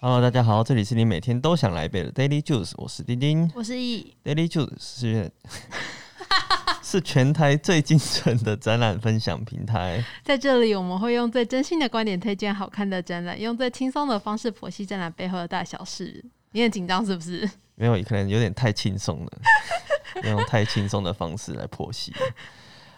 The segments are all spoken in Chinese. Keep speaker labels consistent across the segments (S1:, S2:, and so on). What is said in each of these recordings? S1: Hello，大家好，这里是你每天都想来一杯的 Daily Juice，我是丁丁。
S2: 我是易，
S1: Daily Juice 是是全台最精准的展览分享平台。
S2: 在这里我们会用最真心的观点推荐好看的展览，用最轻松的方式剖析展览背后的大小事。你很紧张是不 是？
S1: 没有，可能有点太轻松了，要用太轻松的方式来剖析。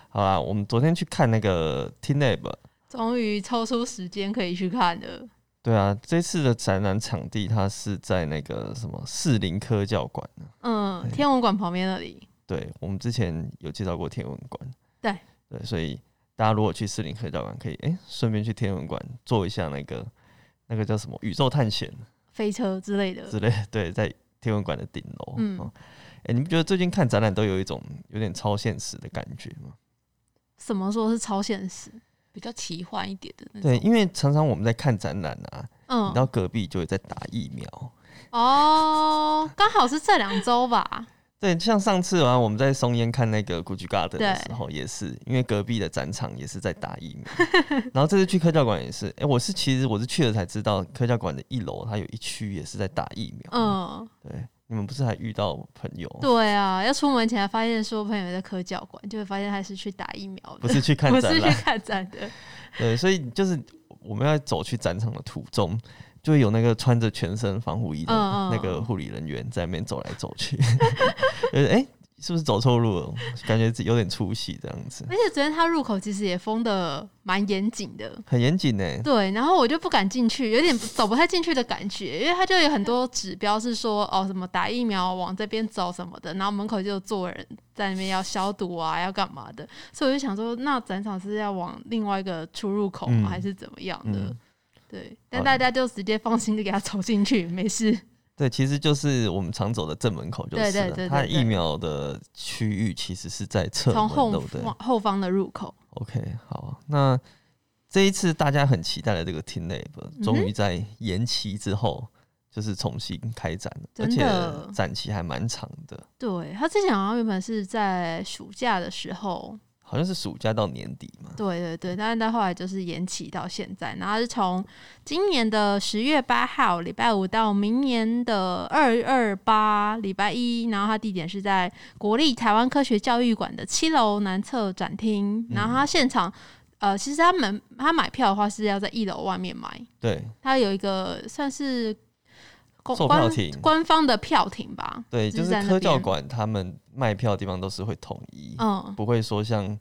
S1: 好啦，我们昨天去看那个 Teen Lab，
S2: 终于抽出时间可以去看了。
S1: 对啊，这次的展览场地它是在那个什么士林科教馆。啊哎
S2: 嗯，天文馆旁边那里，
S1: 对，我们之前有介绍过天文馆。
S2: 对
S1: 对，所以大家如果去士林科教馆，可以哎顺、便去天文馆做一下那个那个叫什么宇宙探 险
S2: 飞车之类的。
S1: 之类的。对，在天文馆的顶楼。嗯，
S2: 嗯
S1: 哎、你不觉得最近看展览都有一种有点超现实的感觉吗？
S2: 什么说是超现实？
S3: 比较奇幻一点的那
S1: 对，
S3: 种。
S1: 因为常常我们在看展览啊，你
S2: 嗯
S1: 到隔壁就有在打疫苗。
S2: 哦，刚好是这两周吧。
S1: 对，像上次啊，我们在松烟看那个 Gucci Garden 的
S2: 对
S1: 时候，也是因为隔壁的展场也是在打疫苗，然后这次去科教馆也是，哎、我是其实我是去了才知道，科教馆的一楼它有一区也是在打疫苗。嗯，
S2: 嗯，
S1: 对，你们不是还遇到朋友，
S2: 对啊，要出门前还发现说朋友在科教馆，就会发现他是去打疫苗的，
S1: 不是去看
S2: 不
S1: 展
S2: 是去
S1: 览，
S2: 看展的。
S1: 对，所以就是我们要走去展场的途中。就会有那个穿着全身防护衣的
S2: 嗯嗯
S1: 那个护理人员在那边走来走去， 就是哎、是不是走错路了？感觉自己有点出息这样子，
S2: 而且昨天他入口其实也封的蛮严谨的，
S1: 很严谨呢。
S2: 对，然后我就不敢进去，有点走不太进去的感觉，因为他就有很多指标是说哦什么打疫苗往这边走什么的，然后门口就坐人在那边要消毒啊，要干嘛的，所以我就想说，那展场是要往另外一个出入口
S1: 嗯
S2: 吗，还是怎么样的？
S1: 嗯
S2: 对，但大家就直接放心的给他走进去，没事。
S1: 对，其实就是我们常走的正门口就是了。
S2: 对对对对
S1: 它疫
S2: 对
S1: 苗的区域其实是在侧
S2: 从
S1: 门，
S2: 后
S1: 对嗯不对
S2: 方后方的入口，
S1: ？OK，好，那这一次大家很期待的这个 Team Lab，终
S2: 嗯
S1: 于在延期之后。就是重新开展了，而
S2: 真
S1: 且
S2: 的
S1: 展期还蛮长的，
S2: 对他之前好像原本是在暑假的时候
S1: 好像是暑假到年底嘛。
S2: 对对对，但是到后来就是延期到现在，然后是从今年的十月八号礼拜五到明年的二二八礼拜一，然后它地点是在国立台湾科学教育馆的七楼南侧展
S1: 嗯
S2: 厅，然后它现场。呃，其实他们他买票的话是要在一楼外面买，
S1: 对
S2: 它有一个算是公
S1: 售票
S2: 官
S1: 亭
S2: 官方的票亭吧。
S1: 对，
S2: 就
S1: 就是
S2: 在那
S1: 科教
S2: 边
S1: 馆他们卖票的地方都是会统一，
S2: 嗯，
S1: 不会说像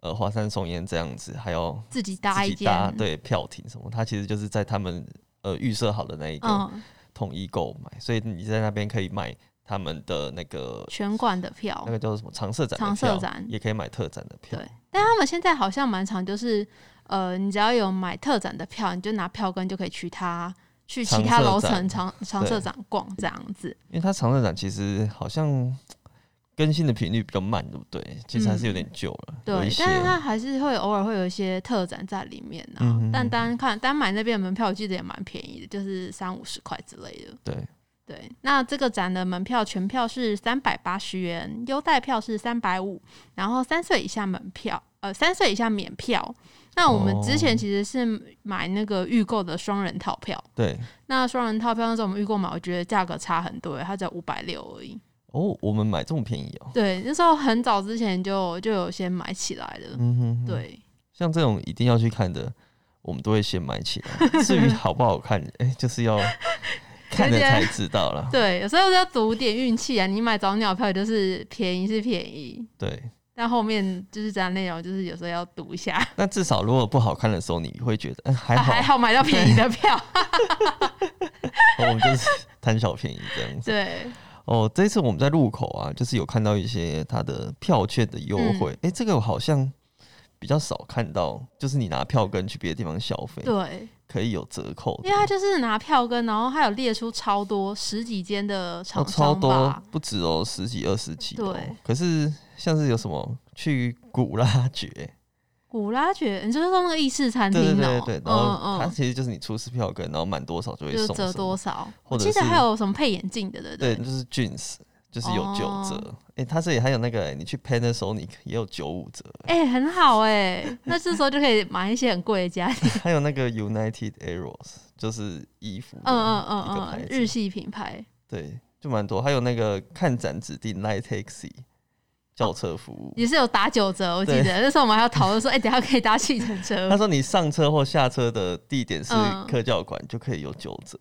S1: 呃华山松烟这样子，还要
S2: 自己搭
S1: 自
S2: 一
S1: 己搭
S2: 间，，
S1: 对票亭什么，它其实就是在他们呃预设好的那一个
S2: 嗯，
S1: 统一购买，所以你在那边可以买他们的那个
S2: 全馆的票，
S1: 那个叫什么常设展的票，
S2: 常设展
S1: 也可以买特展的票
S2: 对。但他们现在好像蛮常就是，呃，你只要有买特展的票，你就拿票根就可以去他去其他楼层常常设展逛这样子。
S1: 因为它常设展其实好像更新的频率比较慢，对不对？其实还是有点久了，有
S2: 对
S1: 一，些
S2: 但是他还是会偶尔会有一些特展在里面啊。
S1: 嗯哼
S2: 但单看单买那边的门票，我记得也蛮便宜的，就是三五十块之类的。
S1: 对
S2: 对，那这个展的门票全票是三百八十元，优待票是三百五，然后三岁以下门票，呃，三岁以下免票。那我们之前
S1: 哦
S2: 其实是买那个预购的双人套票，
S1: 对
S2: 那双人套票那时候我们预购买，我觉得价格差很多耶，它只要五百六而已。
S1: 哦，我们买这么便宜哦，
S2: 对，那时候很早之前就就有先买起来了。
S1: 嗯哼哼，
S2: 对，
S1: 像这种一定要去看的，我们都会先买起 来，至于好不好看，哎、就是要看了
S2: 而且
S1: 才知道 了，
S2: 对，有时候要赌点运气啊。你买早鸟票就是便宜是便宜，
S1: 对。
S2: 但后面就是展内容就是有时候要赌一下，
S1: 那至少如果不好看的时候，你会觉得，嗯、还
S2: 啊
S1: 好，
S2: 还好买到便宜 的票。
S1: 我们哦就是贪小便宜这样子。
S2: 对，
S1: 哦，这次我们在入口啊，就是有看到一些它的票券的优惠，
S2: 嗯
S1: 诶，这个我好像比较少看到，就是你拿票根去别的地方消费，
S2: 对，
S1: 可以有折扣的
S2: 因为他就是拿票根，然后他有列出超多十几间的
S1: 哦
S2: 厂
S1: 超
S2: 商
S1: 多
S2: 吧。，
S1: 不止哦，十几二十几、哦。
S2: 对，
S1: 可是像是有什么去古拉爵，
S2: 古拉爵，你就是说那个意式餐厅
S1: 对对
S2: 哦、
S1: 对对，然后
S2: 嗯
S1: 它
S2: 嗯，
S1: 其实就是你出示票根，然后满多少就会
S2: 就是
S1: 送
S2: 折
S1: 什么
S2: 多。少？
S1: 或
S2: 我
S1: 者
S2: 记得
S1: 是
S2: 还有什么配眼镜的，对不哦
S1: 对，
S2: 对？
S1: 就是 jeans，就是有九折。哎、它这里还有那个、你去 Panasonic 也有九五 折，
S2: 哎、很好哎、那这时候就可以买一些很贵的家 电，
S1: 还有那个 United Arrows，就是衣服的
S2: 嗯嗯
S1: 一个
S2: 嗯
S1: 牌子，
S2: 嗯，日系品牌，
S1: 对，就蛮多。还有那个看展指定 Light Taxi 轿车服务，
S2: 也是有打九折，我记得那时候我们还要讨论说，哎、等一下可以搭计程车
S1: 他。说你上车或下车的地点是
S2: 嗯
S1: 科教馆，就可以有九折。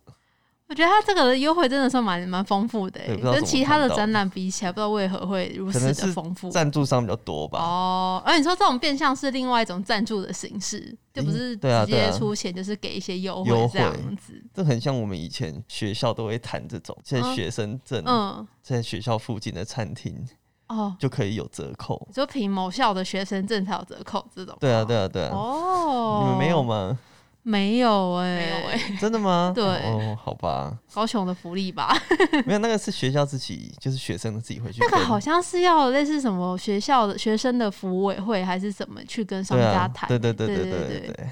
S2: 我觉得它这个的优惠真的是蛮蛮丰富的、
S1: 对
S2: 欸，
S1: 不知道
S2: 跟
S1: 怎么
S2: 其他的
S1: 看到的
S2: 展览比起来，不知道为何会如
S1: 可
S2: 此
S1: 能
S2: 的
S1: 是
S2: 丰富。
S1: 赞助商比较多吧，
S2: 嗯哦，而你说这种变相是另外一种赞助的形式，就不
S1: 诶
S2: 是
S1: 对啊
S2: 直
S1: 对
S2: 接
S1: 啊
S2: 出钱，就是给一些优
S1: 优
S2: 惠这样
S1: 惠
S2: 子。
S1: 这很像我们以前学校都会谈这种，在
S2: 嗯
S1: 学生证、
S2: 嗯，
S1: 在学校附近的餐厅
S2: 哦，
S1: 就可以有折扣。
S2: 你说凭某校的学生证才有折扣这种？
S1: 对啊，对啊，对啊，
S2: 哦，
S1: 你们没有？吗？
S2: 没有哎、
S3: 没有哎、
S2: ？
S1: 真的吗
S2: 对
S1: 哦，好吧，
S2: 高雄的福 利吧？
S1: 没有那个是学校自己，就是学生自己会去
S2: 那
S1: 跟。
S2: 个 好像是要类似什么学校的学生的服委会还是什么去跟商
S1: 对
S2: 家
S1: 啊
S2: 谈，、欸
S1: 对对对
S2: 对
S1: 对
S2: 对
S1: 对
S2: 对
S1: 对对。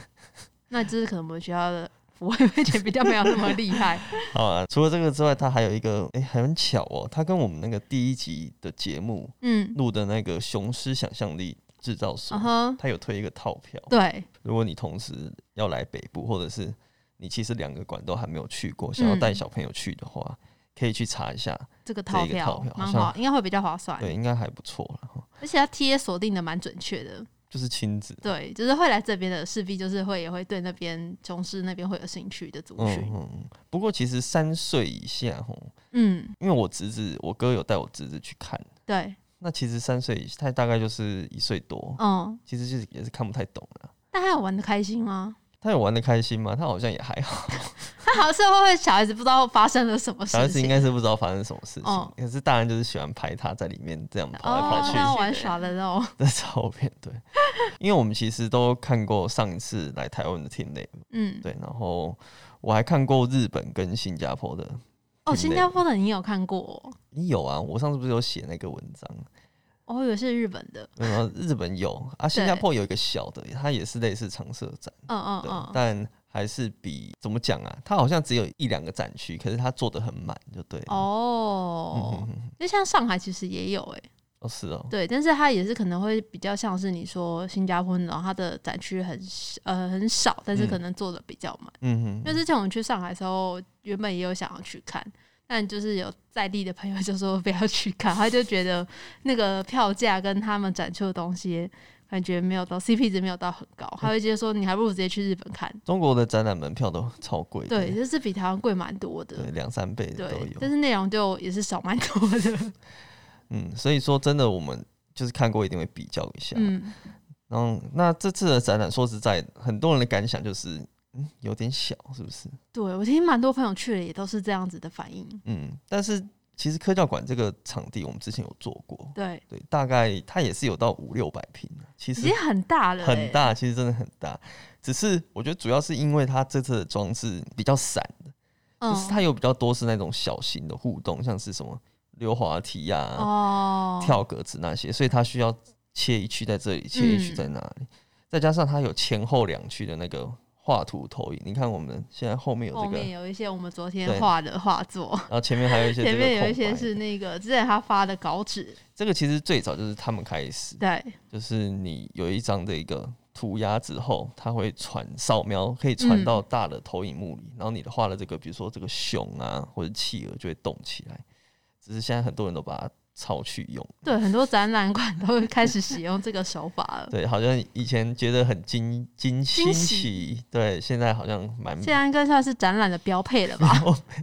S2: 那就是可能我们学校的服委会比较没有那么厉害。
S1: 好啊，除了这个之外，它还有一个，哎、很巧哦，它跟我们那个第一集的节目
S2: 嗯，
S1: 录的那个《雄狮想象力制造所
S2: 嗯》哼，
S1: 它有推一个套票。
S2: 对，
S1: 如果你同时要来北部，或者是你其实两个馆都还没有去
S2: 嗯
S1: 过，想要带小朋友去的话，可以去查一下，
S2: 这个套
S1: 这一个套
S2: 票
S1: 票
S2: 蛮
S1: 好
S2: 好，
S1: 像
S2: 应该会比较划算，
S1: 对，应该还不错啦齁
S2: 而且它贴锁定的蛮准确的。
S1: 就是亲子，
S2: 对，就是会来这边的，势必就是会也会对那边琼斯那边会有兴趣的族
S1: 嗯
S2: 群。
S1: 嗯。嗯不过其实三岁以下，吼，
S2: 嗯
S1: 因为我侄子，我哥有带我侄子去看，
S2: 对，
S1: 那其实三岁以下，他大概就是一岁多，
S2: 嗯，
S1: 其实就是也是看不太懂啦。
S2: 但他有玩的开心吗？
S1: 他有玩的开心吗？他好像也还好，
S2: 他好像是会不会小孩子不知道发生了什么
S1: 小孩
S2: 事
S1: 子应
S2: 情，
S1: 该是不知道发生什么事情，
S2: 哦
S1: 可是大人就是喜欢拍他在里面这样跑来
S2: 哦，
S1: 跑去
S2: 他玩耍的那种，
S1: 的照片。对，因为我们其实都看过上一次来台湾的 Team Lab，
S2: 嗯，
S1: 对，然后我还看过日本跟新加坡的。
S2: 哦，
S1: 挺
S2: 新
S1: 累
S2: 加坡的你有看过哦？
S1: 你有啊？我上次不是有写那个文章？
S2: 哦，我以为是日本的，
S1: 然后日本有啊，新加坡有一个小的，它也是类似常设展，
S2: 嗯嗯
S1: 对，
S2: 嗯，
S1: 但还是比怎么讲啊？它好像只有一两个展区，可是它做的很满，就对了。嗯哼
S2: 哦
S1: 哼，哼
S2: 就像上海其实也有哎、
S1: 哦是哦，
S2: 对，但是它也是可能会比较像是你说新加坡那种，它的展区很呃很少，但是可
S1: 嗯
S2: 能做的比较满。
S1: 嗯
S2: 因为
S1: 哼，
S2: 之前我们去上海的时候，原本也有想要去看，但就是有在地的朋友就说不要去看，他就觉得那个票价跟他们展出的东西感觉没有到 CP 值没有到很高，他会直接说你还不如直接去日本看。
S1: 中国的展览门票都超贵的，
S2: 对，就是比台湾贵蛮多
S1: 对，
S2: 的。
S1: 两三倍的
S2: 对
S1: 都，
S2: 但
S1: 有。
S2: 是内容就也是少蛮多的。
S1: 嗯，所以说真的，我们就是看过一定会比较一下。
S2: 嗯，
S1: 然后那这次的展览，说实在，很多人的感想就是，嗯，有点小，是不是？
S2: 对我听蛮多朋友去了，也都是这样子的反应。
S1: 嗯，但是其实科教馆这个场地，我们之前有做过，
S2: 对，
S1: 对，大概它也是有到五六百平，啊其
S2: 已
S1: 实
S2: 经很大了、欸
S1: 很。大，其实真的很大。只是我觉得主要是因为它这次的装置比较散，
S2: 嗯，
S1: 就是它有比较多是那种小型的互动，像是什么溜滑梯呀、
S2: 哦，
S1: 跳格子那些，所以它需要切一区在这
S2: 嗯
S1: 里，切一区在那里，再加上它有前后两区的那个画图投影。你看我们现在后面有
S2: 后
S1: 这个，
S2: 面有一些我们昨天
S1: 对
S2: 画的画作。
S1: 然后前面还有一些这
S2: 前
S1: 个
S2: 面有
S1: 空
S2: 一些
S1: 白
S2: 是那个之前他发的稿纸，
S1: 这个其实最早就是他们开始，
S2: 对，
S1: 就是你有一张的一个涂鸦之后，它会传扫描，可以传
S2: 嗯
S1: 到大的投影幕里，然后你的画的这个，比如说这个熊啊或者企鹅就会动起来，只是现在很多人都把它抄去用。
S2: 对，很多展览馆都会开始使用这个手法了。
S1: 对，好像以前觉得很惊惊
S2: 呃惊
S1: 新
S2: 喜
S1: 奇，对，现在好像蛮
S2: 现在应该算是展览的标配了吧？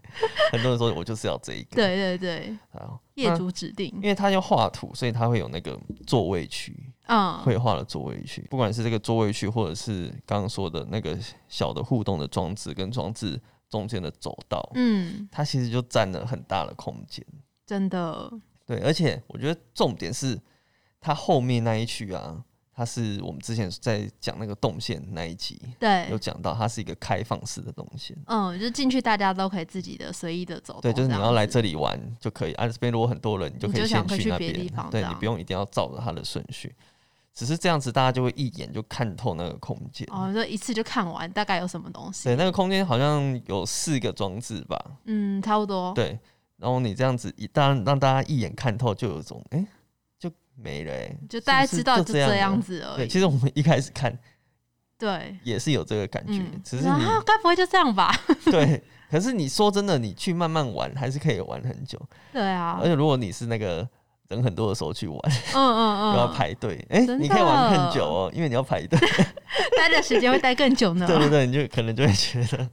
S1: 很多人说我就是要这一个，
S2: 对对对，
S1: 啊，
S2: 业
S1: 那
S2: 主指定，
S1: 因为它要画图，所以它会有那个座位区，
S2: 嗯，
S1: 绘画的座位区，不管是这个座位区，或者是刚刚说的那个小的互动的装置跟装置中间的走道，
S2: 嗯，
S1: 它其实就占了很大的空间。
S2: 真的，
S1: 对，而且我觉得重点是它后面那一区啊，它是我们之前在讲那个动线那一集有
S2: 对，
S1: 讲到，它是一个开放式的动线。
S2: 嗯，就是进去大家都可以自己的随意的走动，
S1: 对，就是你
S2: 这样
S1: 要来
S2: 子，
S1: 这里玩就可以。啊，这边如果很多人，你就
S2: 你
S1: 可
S2: 就
S1: 以
S2: 想
S1: 先
S2: 可以去
S1: 那
S2: 别
S1: 边
S2: 的地方，
S1: 对
S2: 这
S1: 你
S2: 样
S1: 不用一定要照着它的顺序。只是这样子，大家就会一眼就看透那个空间。
S2: 哦，就一次就看完大概有什么东西
S1: 对，，那个空间好像有四个装置吧？
S2: 嗯，差不多，
S1: 对，然后你这样子一旦让大家一眼看透，就有种哎、诶就没了、诶
S2: 就大家知道
S1: 是不
S2: 就是
S1: 就这
S2: 这
S1: 样
S2: 样
S1: 了
S2: 子而
S1: 对，
S2: 已。
S1: 其实我们一开始看
S2: 对，
S1: 也是有这个感觉，
S2: 嗯
S1: 只，是
S2: 然
S1: 你
S2: 后该不会就这样吧？
S1: 对，可是你说真的，你去慢慢玩还是可以玩很久，
S2: 对啊
S1: 而，且如果你是那个人很多的时候去玩，
S2: 嗯嗯
S1: 又要
S2: 嗯，
S1: 排队，哎、
S2: 真
S1: 你可以玩
S2: 的
S1: 很久哦，因为你要排队，
S2: 待的时间会待更久 呢。
S1: 对对对，你就可能就会觉得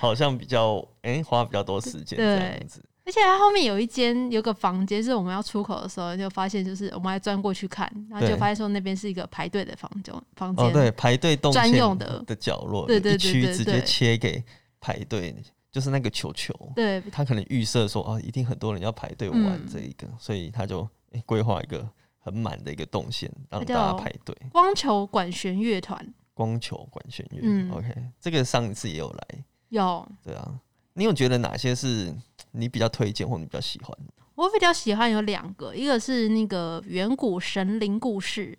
S1: 好像比较哎、花比较多时间这
S2: 对
S1: 样子，
S2: 而且它后面有一间有个房间，是我们要出口的时候就发现，就是我们还钻过去看，然后
S1: 对
S2: 就发现说那边是一个排队的房间，房间、
S1: 哦对，排队动
S2: 专
S1: 线
S2: 用的
S1: 的角落，
S2: 对
S1: 有
S2: 对
S1: 一
S2: 对
S1: 区
S2: 对
S1: 直
S2: 对
S1: 接切给排队，就是那个球球，
S2: 对
S1: 他可能预设说啊，一定很多人要排队
S2: 嗯
S1: 玩这一个，所以他就诶规划、一个很满的一个动线，让大家
S2: 叫
S1: 排队。
S2: 光球管弦乐团
S1: 光球管弦乐、
S2: 嗯
S1: o k 这个上一次也有来，
S2: 有。
S1: 对啊。你有觉得哪些是你比较推荐或你比较喜欢？
S2: 我比较喜欢有两个，一个是那个远古神灵故事，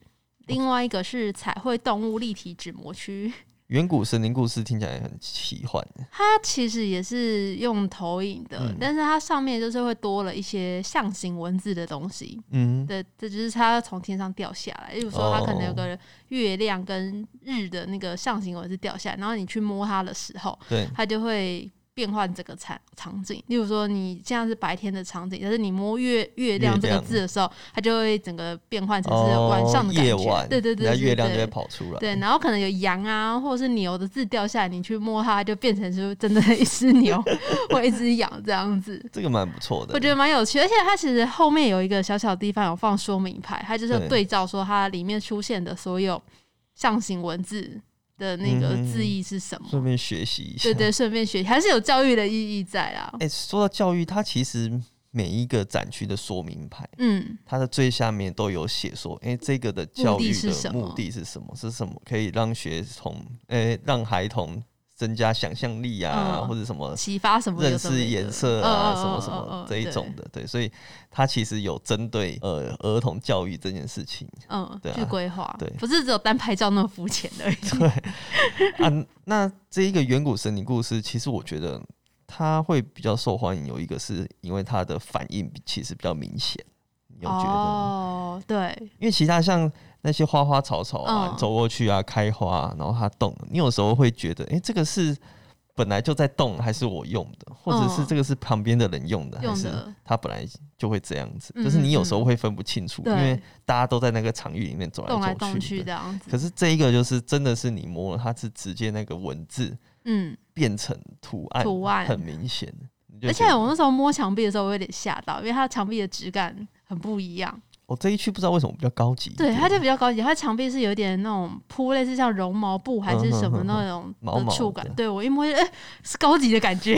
S2: 另外一个是彩绘动物立体纸模区。
S1: 远古神灵故事听起来很奇幻，
S2: 它其实也是用投影的，
S1: 嗯
S2: 但是它上面就是会多了一些象形文字的东西。
S1: 嗯，
S2: 对，这就是它从天上掉下来。例如说，它可
S1: 哦
S2: 能有个月亮跟日的那个象形文字掉下来，然后你去摸它的时候，
S1: 对，
S2: 它就会变换这个场场景。例如说，你现在是白天的场景，但是你摸月月亮这个字的时候，它就会整个变换成是晚上的感
S1: 哦夜
S2: 觉。
S1: 晚，
S2: 对对对
S1: 人
S2: 对
S1: 家月亮就
S2: 对
S1: 会跑出来，
S2: 对，然后可能有羊啊，或者是牛的字掉下来，你去摸它，就变成是真的一只 牛或一只羊这样子。
S1: 这个蛮不错的。
S2: 我觉得蛮有趣，而且它其实后面有一个小小地方有放说明牌，它就是有
S1: 对
S2: 对照说它里面出现的所有象形文字的那个
S1: 嗯
S2: 字义是什么。
S1: 顺便学习一下，
S2: 对对，顺便学习还是有教育的意义在啊啦。
S1: 哎、说到教育，它其实每一个展区的说明牌，
S2: 嗯，
S1: 它的最下面都有写说，哎、这个的教育的目的是什么？是什么？可以让学童，哎、让孩童增加想象力啊，
S2: 嗯
S1: 或者什么
S2: 启发什么有
S1: 认
S2: 的没
S1: 识
S2: 的
S1: 颜色啊，
S2: 嗯嗯
S1: 什么
S2: 嗯
S1: 什
S2: 嗯
S1: 么
S2: 嗯
S1: 这一
S2: 对
S1: 种的。对，所以它其实有针对呃儿童教育这件事情
S2: 嗯，
S1: 对啊
S2: 去规划，
S1: 对
S2: 不是只有单拍照那么肤浅而已。
S1: 啊。那这一个远古神灵故事，其实我觉得。它会比较受欢迎，有一个是因为它的反应其实比较明显，你有觉得吗？
S2: 哦，对，
S1: 因为其他像那些花花草草啊，
S2: 嗯
S1: 你走过去啊，开花、啊，然后它动，你有时候会觉得，诶，这个是本来就在动，还是我用的，或者是
S2: 嗯
S1: 这个是旁边的人用的，还
S2: 用
S1: 是
S2: 的
S1: 它本来就会这样子？
S2: 嗯
S1: 就是你有时候会分不清楚，因为
S2: 对，
S1: 大家都在那个场域里面走
S2: 动来
S1: 走
S2: 动去
S1: 的。
S2: 这样子。
S1: 可是这一个就是真的是你摸了，它是直接那个文字
S2: 嗯，
S1: 变成图案，
S2: 图案
S1: 很明显。你就
S2: 而且
S1: 觉得
S2: 我那时候摸墙壁的时候，我有点吓到，因为它墙壁的质感很不一样。
S1: 我哦这一区不知道为什么比较高级一点，
S2: 对，它就比较高级，它墙壁是有点那种铺类似像绒毛布还是什么
S1: 嗯哼哼哼
S2: 那种
S1: 毛
S2: 的
S1: 毛
S2: 触感。
S1: 的
S2: 对我一摸就，哎、是高级的感觉。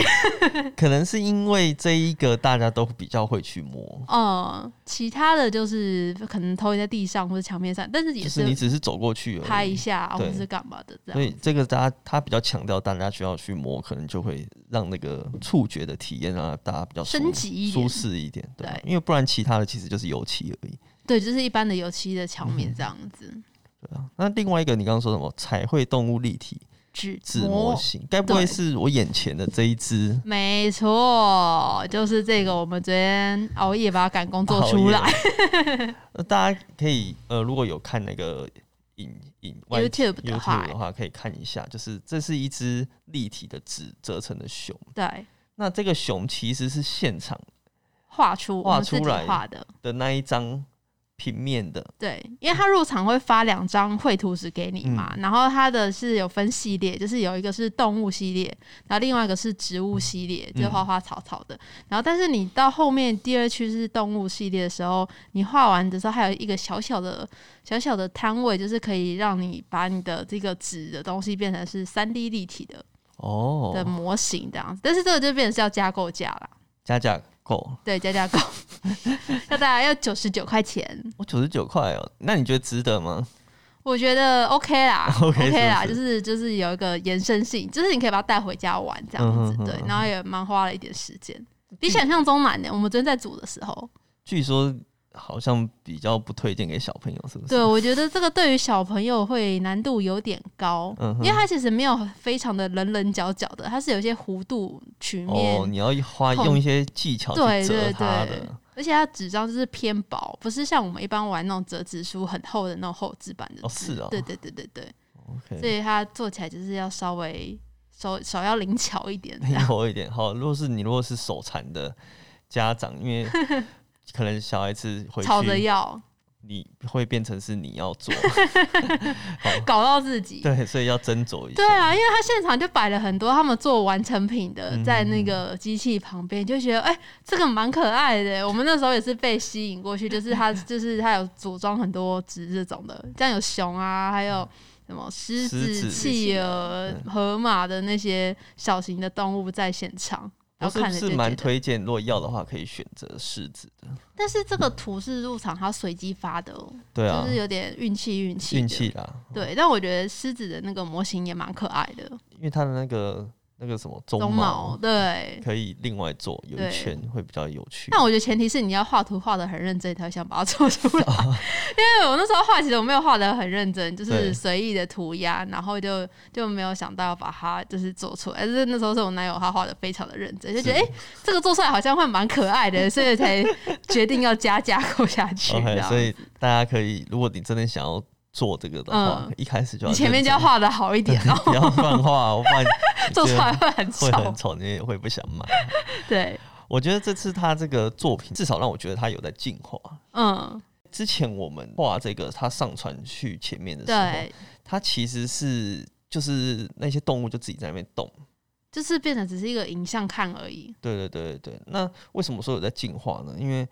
S1: 可能是因为这一个大家都比较会去摸，
S2: 嗯，其他的就是可能投影在地上或者墙面上，但是也
S1: 就是你只是走过去而已
S2: 拍一下哦或
S1: 对
S2: 者是干嘛的这
S1: 所以
S2: 样。
S1: 这个大家他比较强调大家需要去摸，可能就会让那个触觉的体验让大家比较舒
S2: 升级一
S1: 舒，
S2: 点
S1: 适一点，对吧，啊
S2: 对
S1: 因为不然其他的其实就是油漆而已，
S2: 对，就是一般的油漆的墙
S1: 嗯
S2: 面这样子，
S1: 对啊。那另外一个你刚刚说什么彩绘动物立体
S2: 纸
S1: 纸模型，该不会
S2: 哦对
S1: 是我眼前的这一只？
S2: 没错，就是这个。我们昨天熬夜把它赶工做出 来
S1: 熬呃大家可以呃，如果有看那个影影外景
S2: YouTube 的话
S1: YouTube 的话，可以看一下，就是这是一只立体的纸折成的熊。
S2: 对，
S1: 那这个熊其实是现场
S2: 画出
S1: 画
S2: 我们自己
S1: 出来
S2: 画的，
S1: 的那一张平面的，
S2: 对，因为他入场会发两张绘图纸给你嘛，然后他的是有分系列，就是有一个是动物系列，然后另外一个是植物系列，就是花花草草的。然后但是你到后面第二区是动物系列的时候，你画完的时候还有一个小小的小小的摊位，就是可以让你把你的这个纸的东西变成是三 D 立体的
S1: 哦，
S2: 的模型这样子，但是这个就变成是要加购价啦，
S1: 加价购，
S2: 对，加价购，要大概要九十九块钱，
S1: 我九十九块哦，那你觉得值得吗？
S2: 我觉得 OK 啦
S1: OK，
S2: 啦，
S1: 是不
S2: 就是就是有一个延伸性，就是你可以把它带回家玩这样子，
S1: 嗯哼嗯
S2: 对，
S1: 哼嗯
S2: 然后也蛮花了一点时间，比想象中难的。我们昨天在煮的时候，
S1: 据说好像比较不推荐给小朋友，是不是？
S2: 对，我觉得这个对于小朋友会难度有点高，
S1: 嗯哼
S2: 因为它其实没有非常的棱棱角角的，它是有一些弧度曲面，
S1: 哦，你要花
S2: 碰
S1: 用一些技巧
S2: 对
S1: 去折
S2: 对
S1: 它
S2: 对
S1: 的，，
S2: 而且它纸张就是偏薄，不是像我们一般玩那种折纸书很厚的那种厚纸板的
S1: 哦
S2: 纸。
S1: 是哦
S2: 对对对对对，所
S1: OK，
S2: 以它做起来就是要稍微手手要灵巧一点这样。
S1: 灵活一点。好，如果是你如果是手残的家长，因 为可能小孩子回
S2: 吵着
S1: 去
S2: 要
S1: 你会变成是你要 做，
S2: 搞到自己，
S1: 对，所以要斟酌一下。
S2: 对啊，因为他现场就摆了很多他们做完成品的
S1: 嗯，
S2: 在那个机器旁边，就觉得哎、这个蛮可爱的。我们那时候也是被吸引过去，就是他就是他有组装很多只这种的，像有熊啊，还有什么狮
S1: 狮子
S2: 子、企鹅、河马的那些小型的动物在现场。
S1: 我
S2: 然后看
S1: 是
S2: 着就是觉
S1: 蛮
S2: 得，
S1: 推荐，如果要的话，可以选择狮子的。
S2: 但是这个图是入场他随机发的哦，
S1: 对啊
S2: 就，是有点运气运气的
S1: 运气。啦，
S2: 对，但我觉得狮子的那个模型也蛮可爱的，
S1: 因为它的那个那个什么鬃
S2: 鬃毛对，
S1: 可以另外做，有一
S2: 对
S1: 圈会比较有趣。
S2: 但我觉得前提是你要画图画的很认真，才会想把它做出
S1: 哦
S2: 来。因为我那时候画，其实我没有画的很认真，就
S1: 对
S2: 是随意的涂鸦，然后就就没有想到要把它就是做出来。但是那时候是我男友，他画的非常的认真，就觉得哎、
S1: 是
S2: 诶这个做出来好像会蛮可爱的，所 以才决定要加架构下去。这
S1: OK，
S2: 样
S1: 所以大家可以，如果你真的想要做这个的话，
S2: 嗯
S1: 一开始就要
S2: 你前面就要
S1: 认真
S2: 画的好一点哦，
S1: 不要乱画，我怕你你
S2: 做出来
S1: 觉
S2: 会很
S1: 得会
S2: 丑
S1: 很。丑，你也会不想买。
S2: 对，
S1: 我觉得这次他这个作品，至少让我觉得他有在进化。
S2: 嗯，
S1: 之前我们画这个，他上传去前面的时候，
S2: 对，
S1: 他其实是就是那些动物就自己在那边动。
S2: 就是变成只是一个影像看而已。
S1: 对对对对对。那为什么说有在进化呢？因为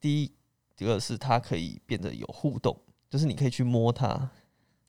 S1: 第一，第二是它可以变得有互动，就是你可以去摸它，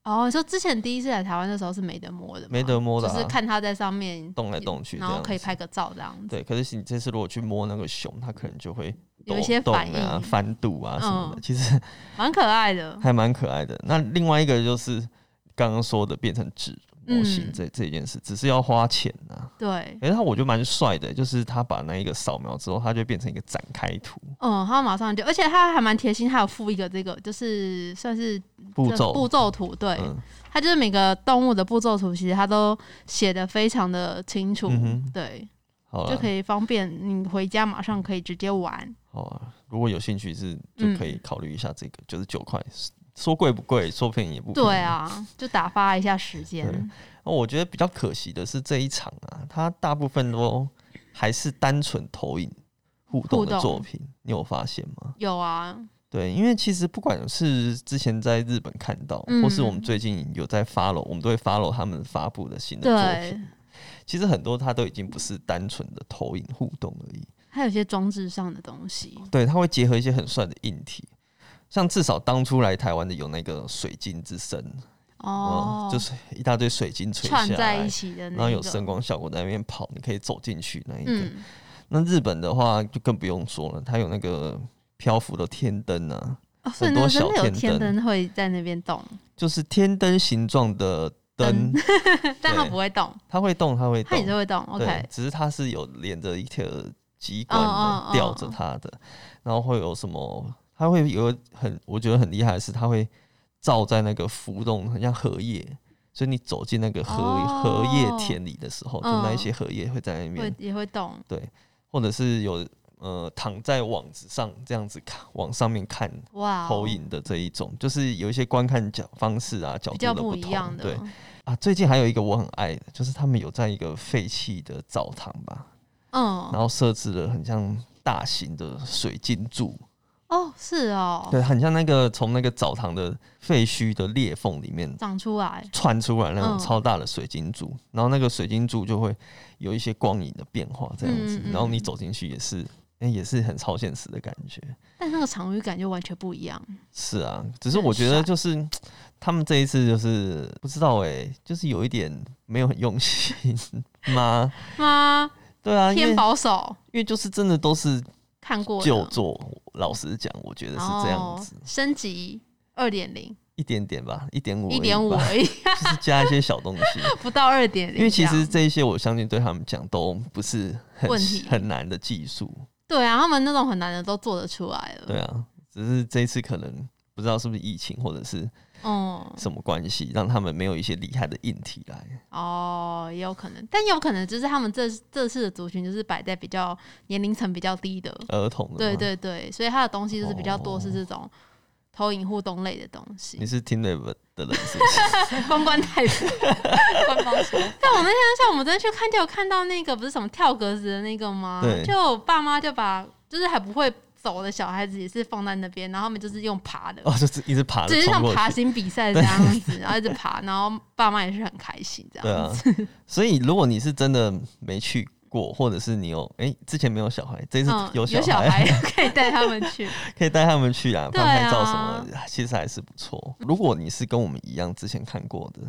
S2: 哦，就之前第一次来台湾的时候是没得摸的嘛，
S1: 没得摸的、
S2: 就是
S1: 啊，
S2: 看他在上面
S1: 动来动去这
S2: 然
S1: 样子，
S2: 后可以拍个照这样子。
S1: 对，可是你这次如果去摸那个熊，它可能就会
S2: 有一
S1: 抖
S2: 些
S1: 动
S2: 反
S1: 啊、
S2: 应
S1: 翻肚啊什么的，
S2: 嗯
S1: 其实
S2: 蛮可 爱的。
S1: 还蛮可爱的。那另外一个就是刚刚说的变成纸模型
S2: 嗯
S1: 这、这件事，只是要花钱啊。
S2: 对，
S1: 哎、它我觉得蛮帅的，就是他把那一个扫描之后，它就变成一个展开图
S2: 嗯，他马上就，而且他还蛮贴心，他有附一个这个，就是算是
S1: 步
S2: 这
S1: 骤，
S2: 步骤图，对，
S1: 嗯，
S2: 他就是每个动物的步骤图，其实他都写的非常的清楚，
S1: 嗯哼
S2: 对，
S1: 好啊
S2: 就
S1: 了
S2: 可，以方便你回家马上可以直接玩。
S1: 好啊。如果有兴趣是就可以
S2: 嗯
S1: 考虑一下这个，就是九块，说贵不贵，说便宜也不便宜。
S2: 对啊，就打发一下时间。
S1: 那我觉得比较可惜的是这一场啊，它大部分都还是单纯投影互动的
S2: 互动
S1: 作品，你有发现吗？
S2: 有啊，
S1: 对，因为其实不管是之前在日本看到，
S2: 嗯
S1: 或是我们最近有在 follow，我们都会 follow 他们发布的新的作
S2: 对
S1: 品。，其实很多它都已经不是单纯的投影互动而已，
S2: 还有一些装置上的东西。
S1: 对，它会结合一些很帅的硬体，像至少当初来台湾的有那个水晶之声，
S2: 哦，
S1: 嗯就是一大堆水晶垂下
S2: 串在
S1: 来
S2: 一。起的那
S1: 然后有
S2: 个
S1: 声光效果在那边跑，你可以走进去那一个。
S2: 嗯，
S1: 那日本的话就更不用说了，它有那个漂浮的天灯啊，
S2: 哦，所以
S1: 很多
S2: 那个真
S1: 小
S2: 的有
S1: 天
S2: 天
S1: 灯
S2: 灯会在那边动，
S1: 就是天灯形状的灯，
S2: 但它
S1: 对
S2: 不会动，
S1: 它会动，它会
S2: 它
S1: 动
S2: 也，是会动。
S1: 对
S2: OK，，
S1: 只是它是有连着一条机关
S2: 嗯嗯
S1: 的
S2: 嗯
S1: 吊着它的，然后会有什么？它会有很，我觉得很厉害的是，它会照在那个浮动，很像荷叶。所以你走进那个荷、荷叶
S2: 哦
S1: 田里的时候，就
S2: 嗯
S1: 那一些荷叶会在那边
S2: 会也会动。
S1: 或者是有呃躺在网子上这样子看往上面看
S2: 哇哦，
S1: 投影的这一种，就是有一些观看角方式啊角
S2: 比
S1: 度
S2: 较
S1: 的
S2: 不
S1: 不
S2: 一
S1: 同。
S2: 样的。
S1: 对啊，最近还有一个我很爱的，就是他们有在一个废弃的澡堂吧，然
S2: 嗯，
S1: 后设置了很像大型的水晶柱，
S2: 哦，是哦，
S1: 对，很像那个从那个澡堂的废墟的裂缝里面。
S2: 长出来，
S1: 窜出来那种
S2: 嗯
S1: 超大的水晶柱，然后那个水晶柱就会有一些光影的变化，这样子，
S2: 嗯嗯嗯
S1: 然后你走进去也是，哎、也是很超现实的感觉。
S2: 但那个场域感就完全不一样。
S1: 是啊，只是
S2: 很
S1: 我觉得
S2: 帅
S1: 就是他们这一次就是不知道哎、就是有一点没有很用心吗？
S2: 妈，
S1: 对啊，因为
S2: 偏保守，
S1: 因为就是真的都是
S2: 看过
S1: 旧
S2: 的，
S1: 作，老实讲，我觉得是这样子，
S2: 哦升级二点零、
S1: 一点点吧，一点五，
S2: 一点五
S1: 就
S2: 而已，
S1: 是加一些小东西。
S2: 不到二点零。
S1: 因为其实这一些我相信对他们讲都不是很
S2: 问题
S1: 很难的技术，
S2: 对啊，他们那种很难的都做得出来了。
S1: 对啊，只只是这一次可能不知道是不是疫情或者是
S2: 嗯，
S1: 什么关系，让他们没有一些厉害的硬体来。
S2: 哦，也有可能，但也有可能就是他们这这次的族群就是摆在比较年龄层比较低的，
S1: 儿童的
S2: 对
S1: 吗，
S2: 对对，所以他的东西就是比较多是
S1: 嗯哦
S2: 这种投影互动类的东西
S1: 你。是 t e a m 的人是不是？
S2: 公关 太子，
S3: 官方说
S2: 但我那天像我们昨天去看，就有看到那个不是什么跳格子的那个吗
S1: 对？
S2: 就我爸妈就把就是还不会走的小孩子也是放在那边，然后他们就是用爬的，
S1: 哦，就是一直爬着
S2: 只是
S1: 冲
S2: 像
S1: 过去
S2: 爬。行 比赛这样子，然后一直爬，然后爸妈也是很开心这
S1: 对
S2: 样。
S1: 啊，所以如果你是真的没去过，或者是你有哎、之前没有小孩，这次
S2: 嗯，
S1: 有
S2: 小
S1: 小
S2: 可以带他们去，
S1: 可以带他们去啊，
S2: 对
S1: 拍
S2: 啊
S1: 拍照什么的，其实还是不错。如果你是跟我们一样之前看过的，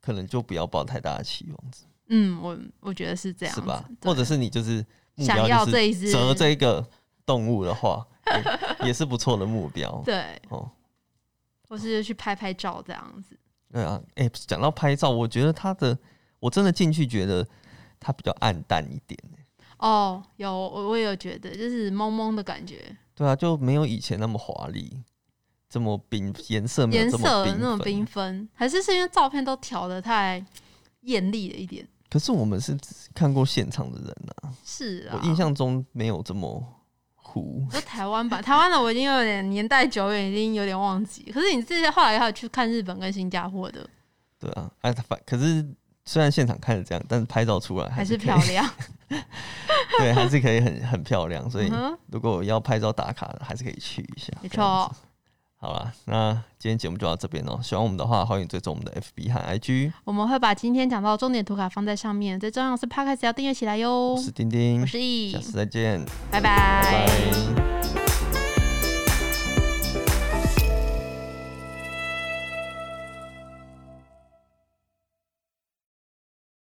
S1: 可能就不要抱太大的期望，
S2: 嗯，我我觉得是这样
S1: 是
S2: 子，
S1: 吧？
S2: 对
S1: 或者是你就是目
S2: 想
S1: 标
S2: 要
S1: 就
S2: 这
S1: 是
S2: 一只
S1: 折这个动物的话，也 也是不错的目标。
S2: 对，
S1: 哦，
S2: 或是去拍拍照这样子，
S1: 对啊，哎、讲到拍照，我觉得它的我真的进去觉得它比较暗淡一点。
S2: 哦，有我我也有觉得，就是懵懵的感觉，
S1: 对啊，就没有以前那么华丽，这么缤颜色没有
S2: 颜
S1: 这么
S2: 色那种
S1: 缤
S2: 缤
S1: 纷。
S2: 纷，还是是因为照片都调的太艳丽了一点？
S1: 可是我们是看过现场的人啊，
S2: 是啊，
S1: 我印象中没有这么糊。
S2: 说台湾吧，台湾的我已经有点年代久远，已经有点忘记。可是你这些后来还有去看日本跟新加坡的，
S1: 对啊，哎、反可是虽然现场看着这样，但是拍照出来
S2: 还
S1: 是
S2: 是
S1: 可以
S2: 漂，亮。
S1: 对，还是可以很很漂亮。所以
S2: 嗯哼
S1: 如果要拍照打卡的，还是可以去一下。
S2: 没
S1: 这样
S2: 错
S1: 子。，好啦，那今天节目就到这边哦喽。喜欢我们的话，欢迎追踪我们的 FB 和 IG。
S2: 我们会把今天讲到的重点图卡放在上面，最重要的是 podcast 要订阅起来哟
S1: 我。是丁丁
S2: 我，是易
S1: 下，次再见，
S2: 拜拜
S1: 拜拜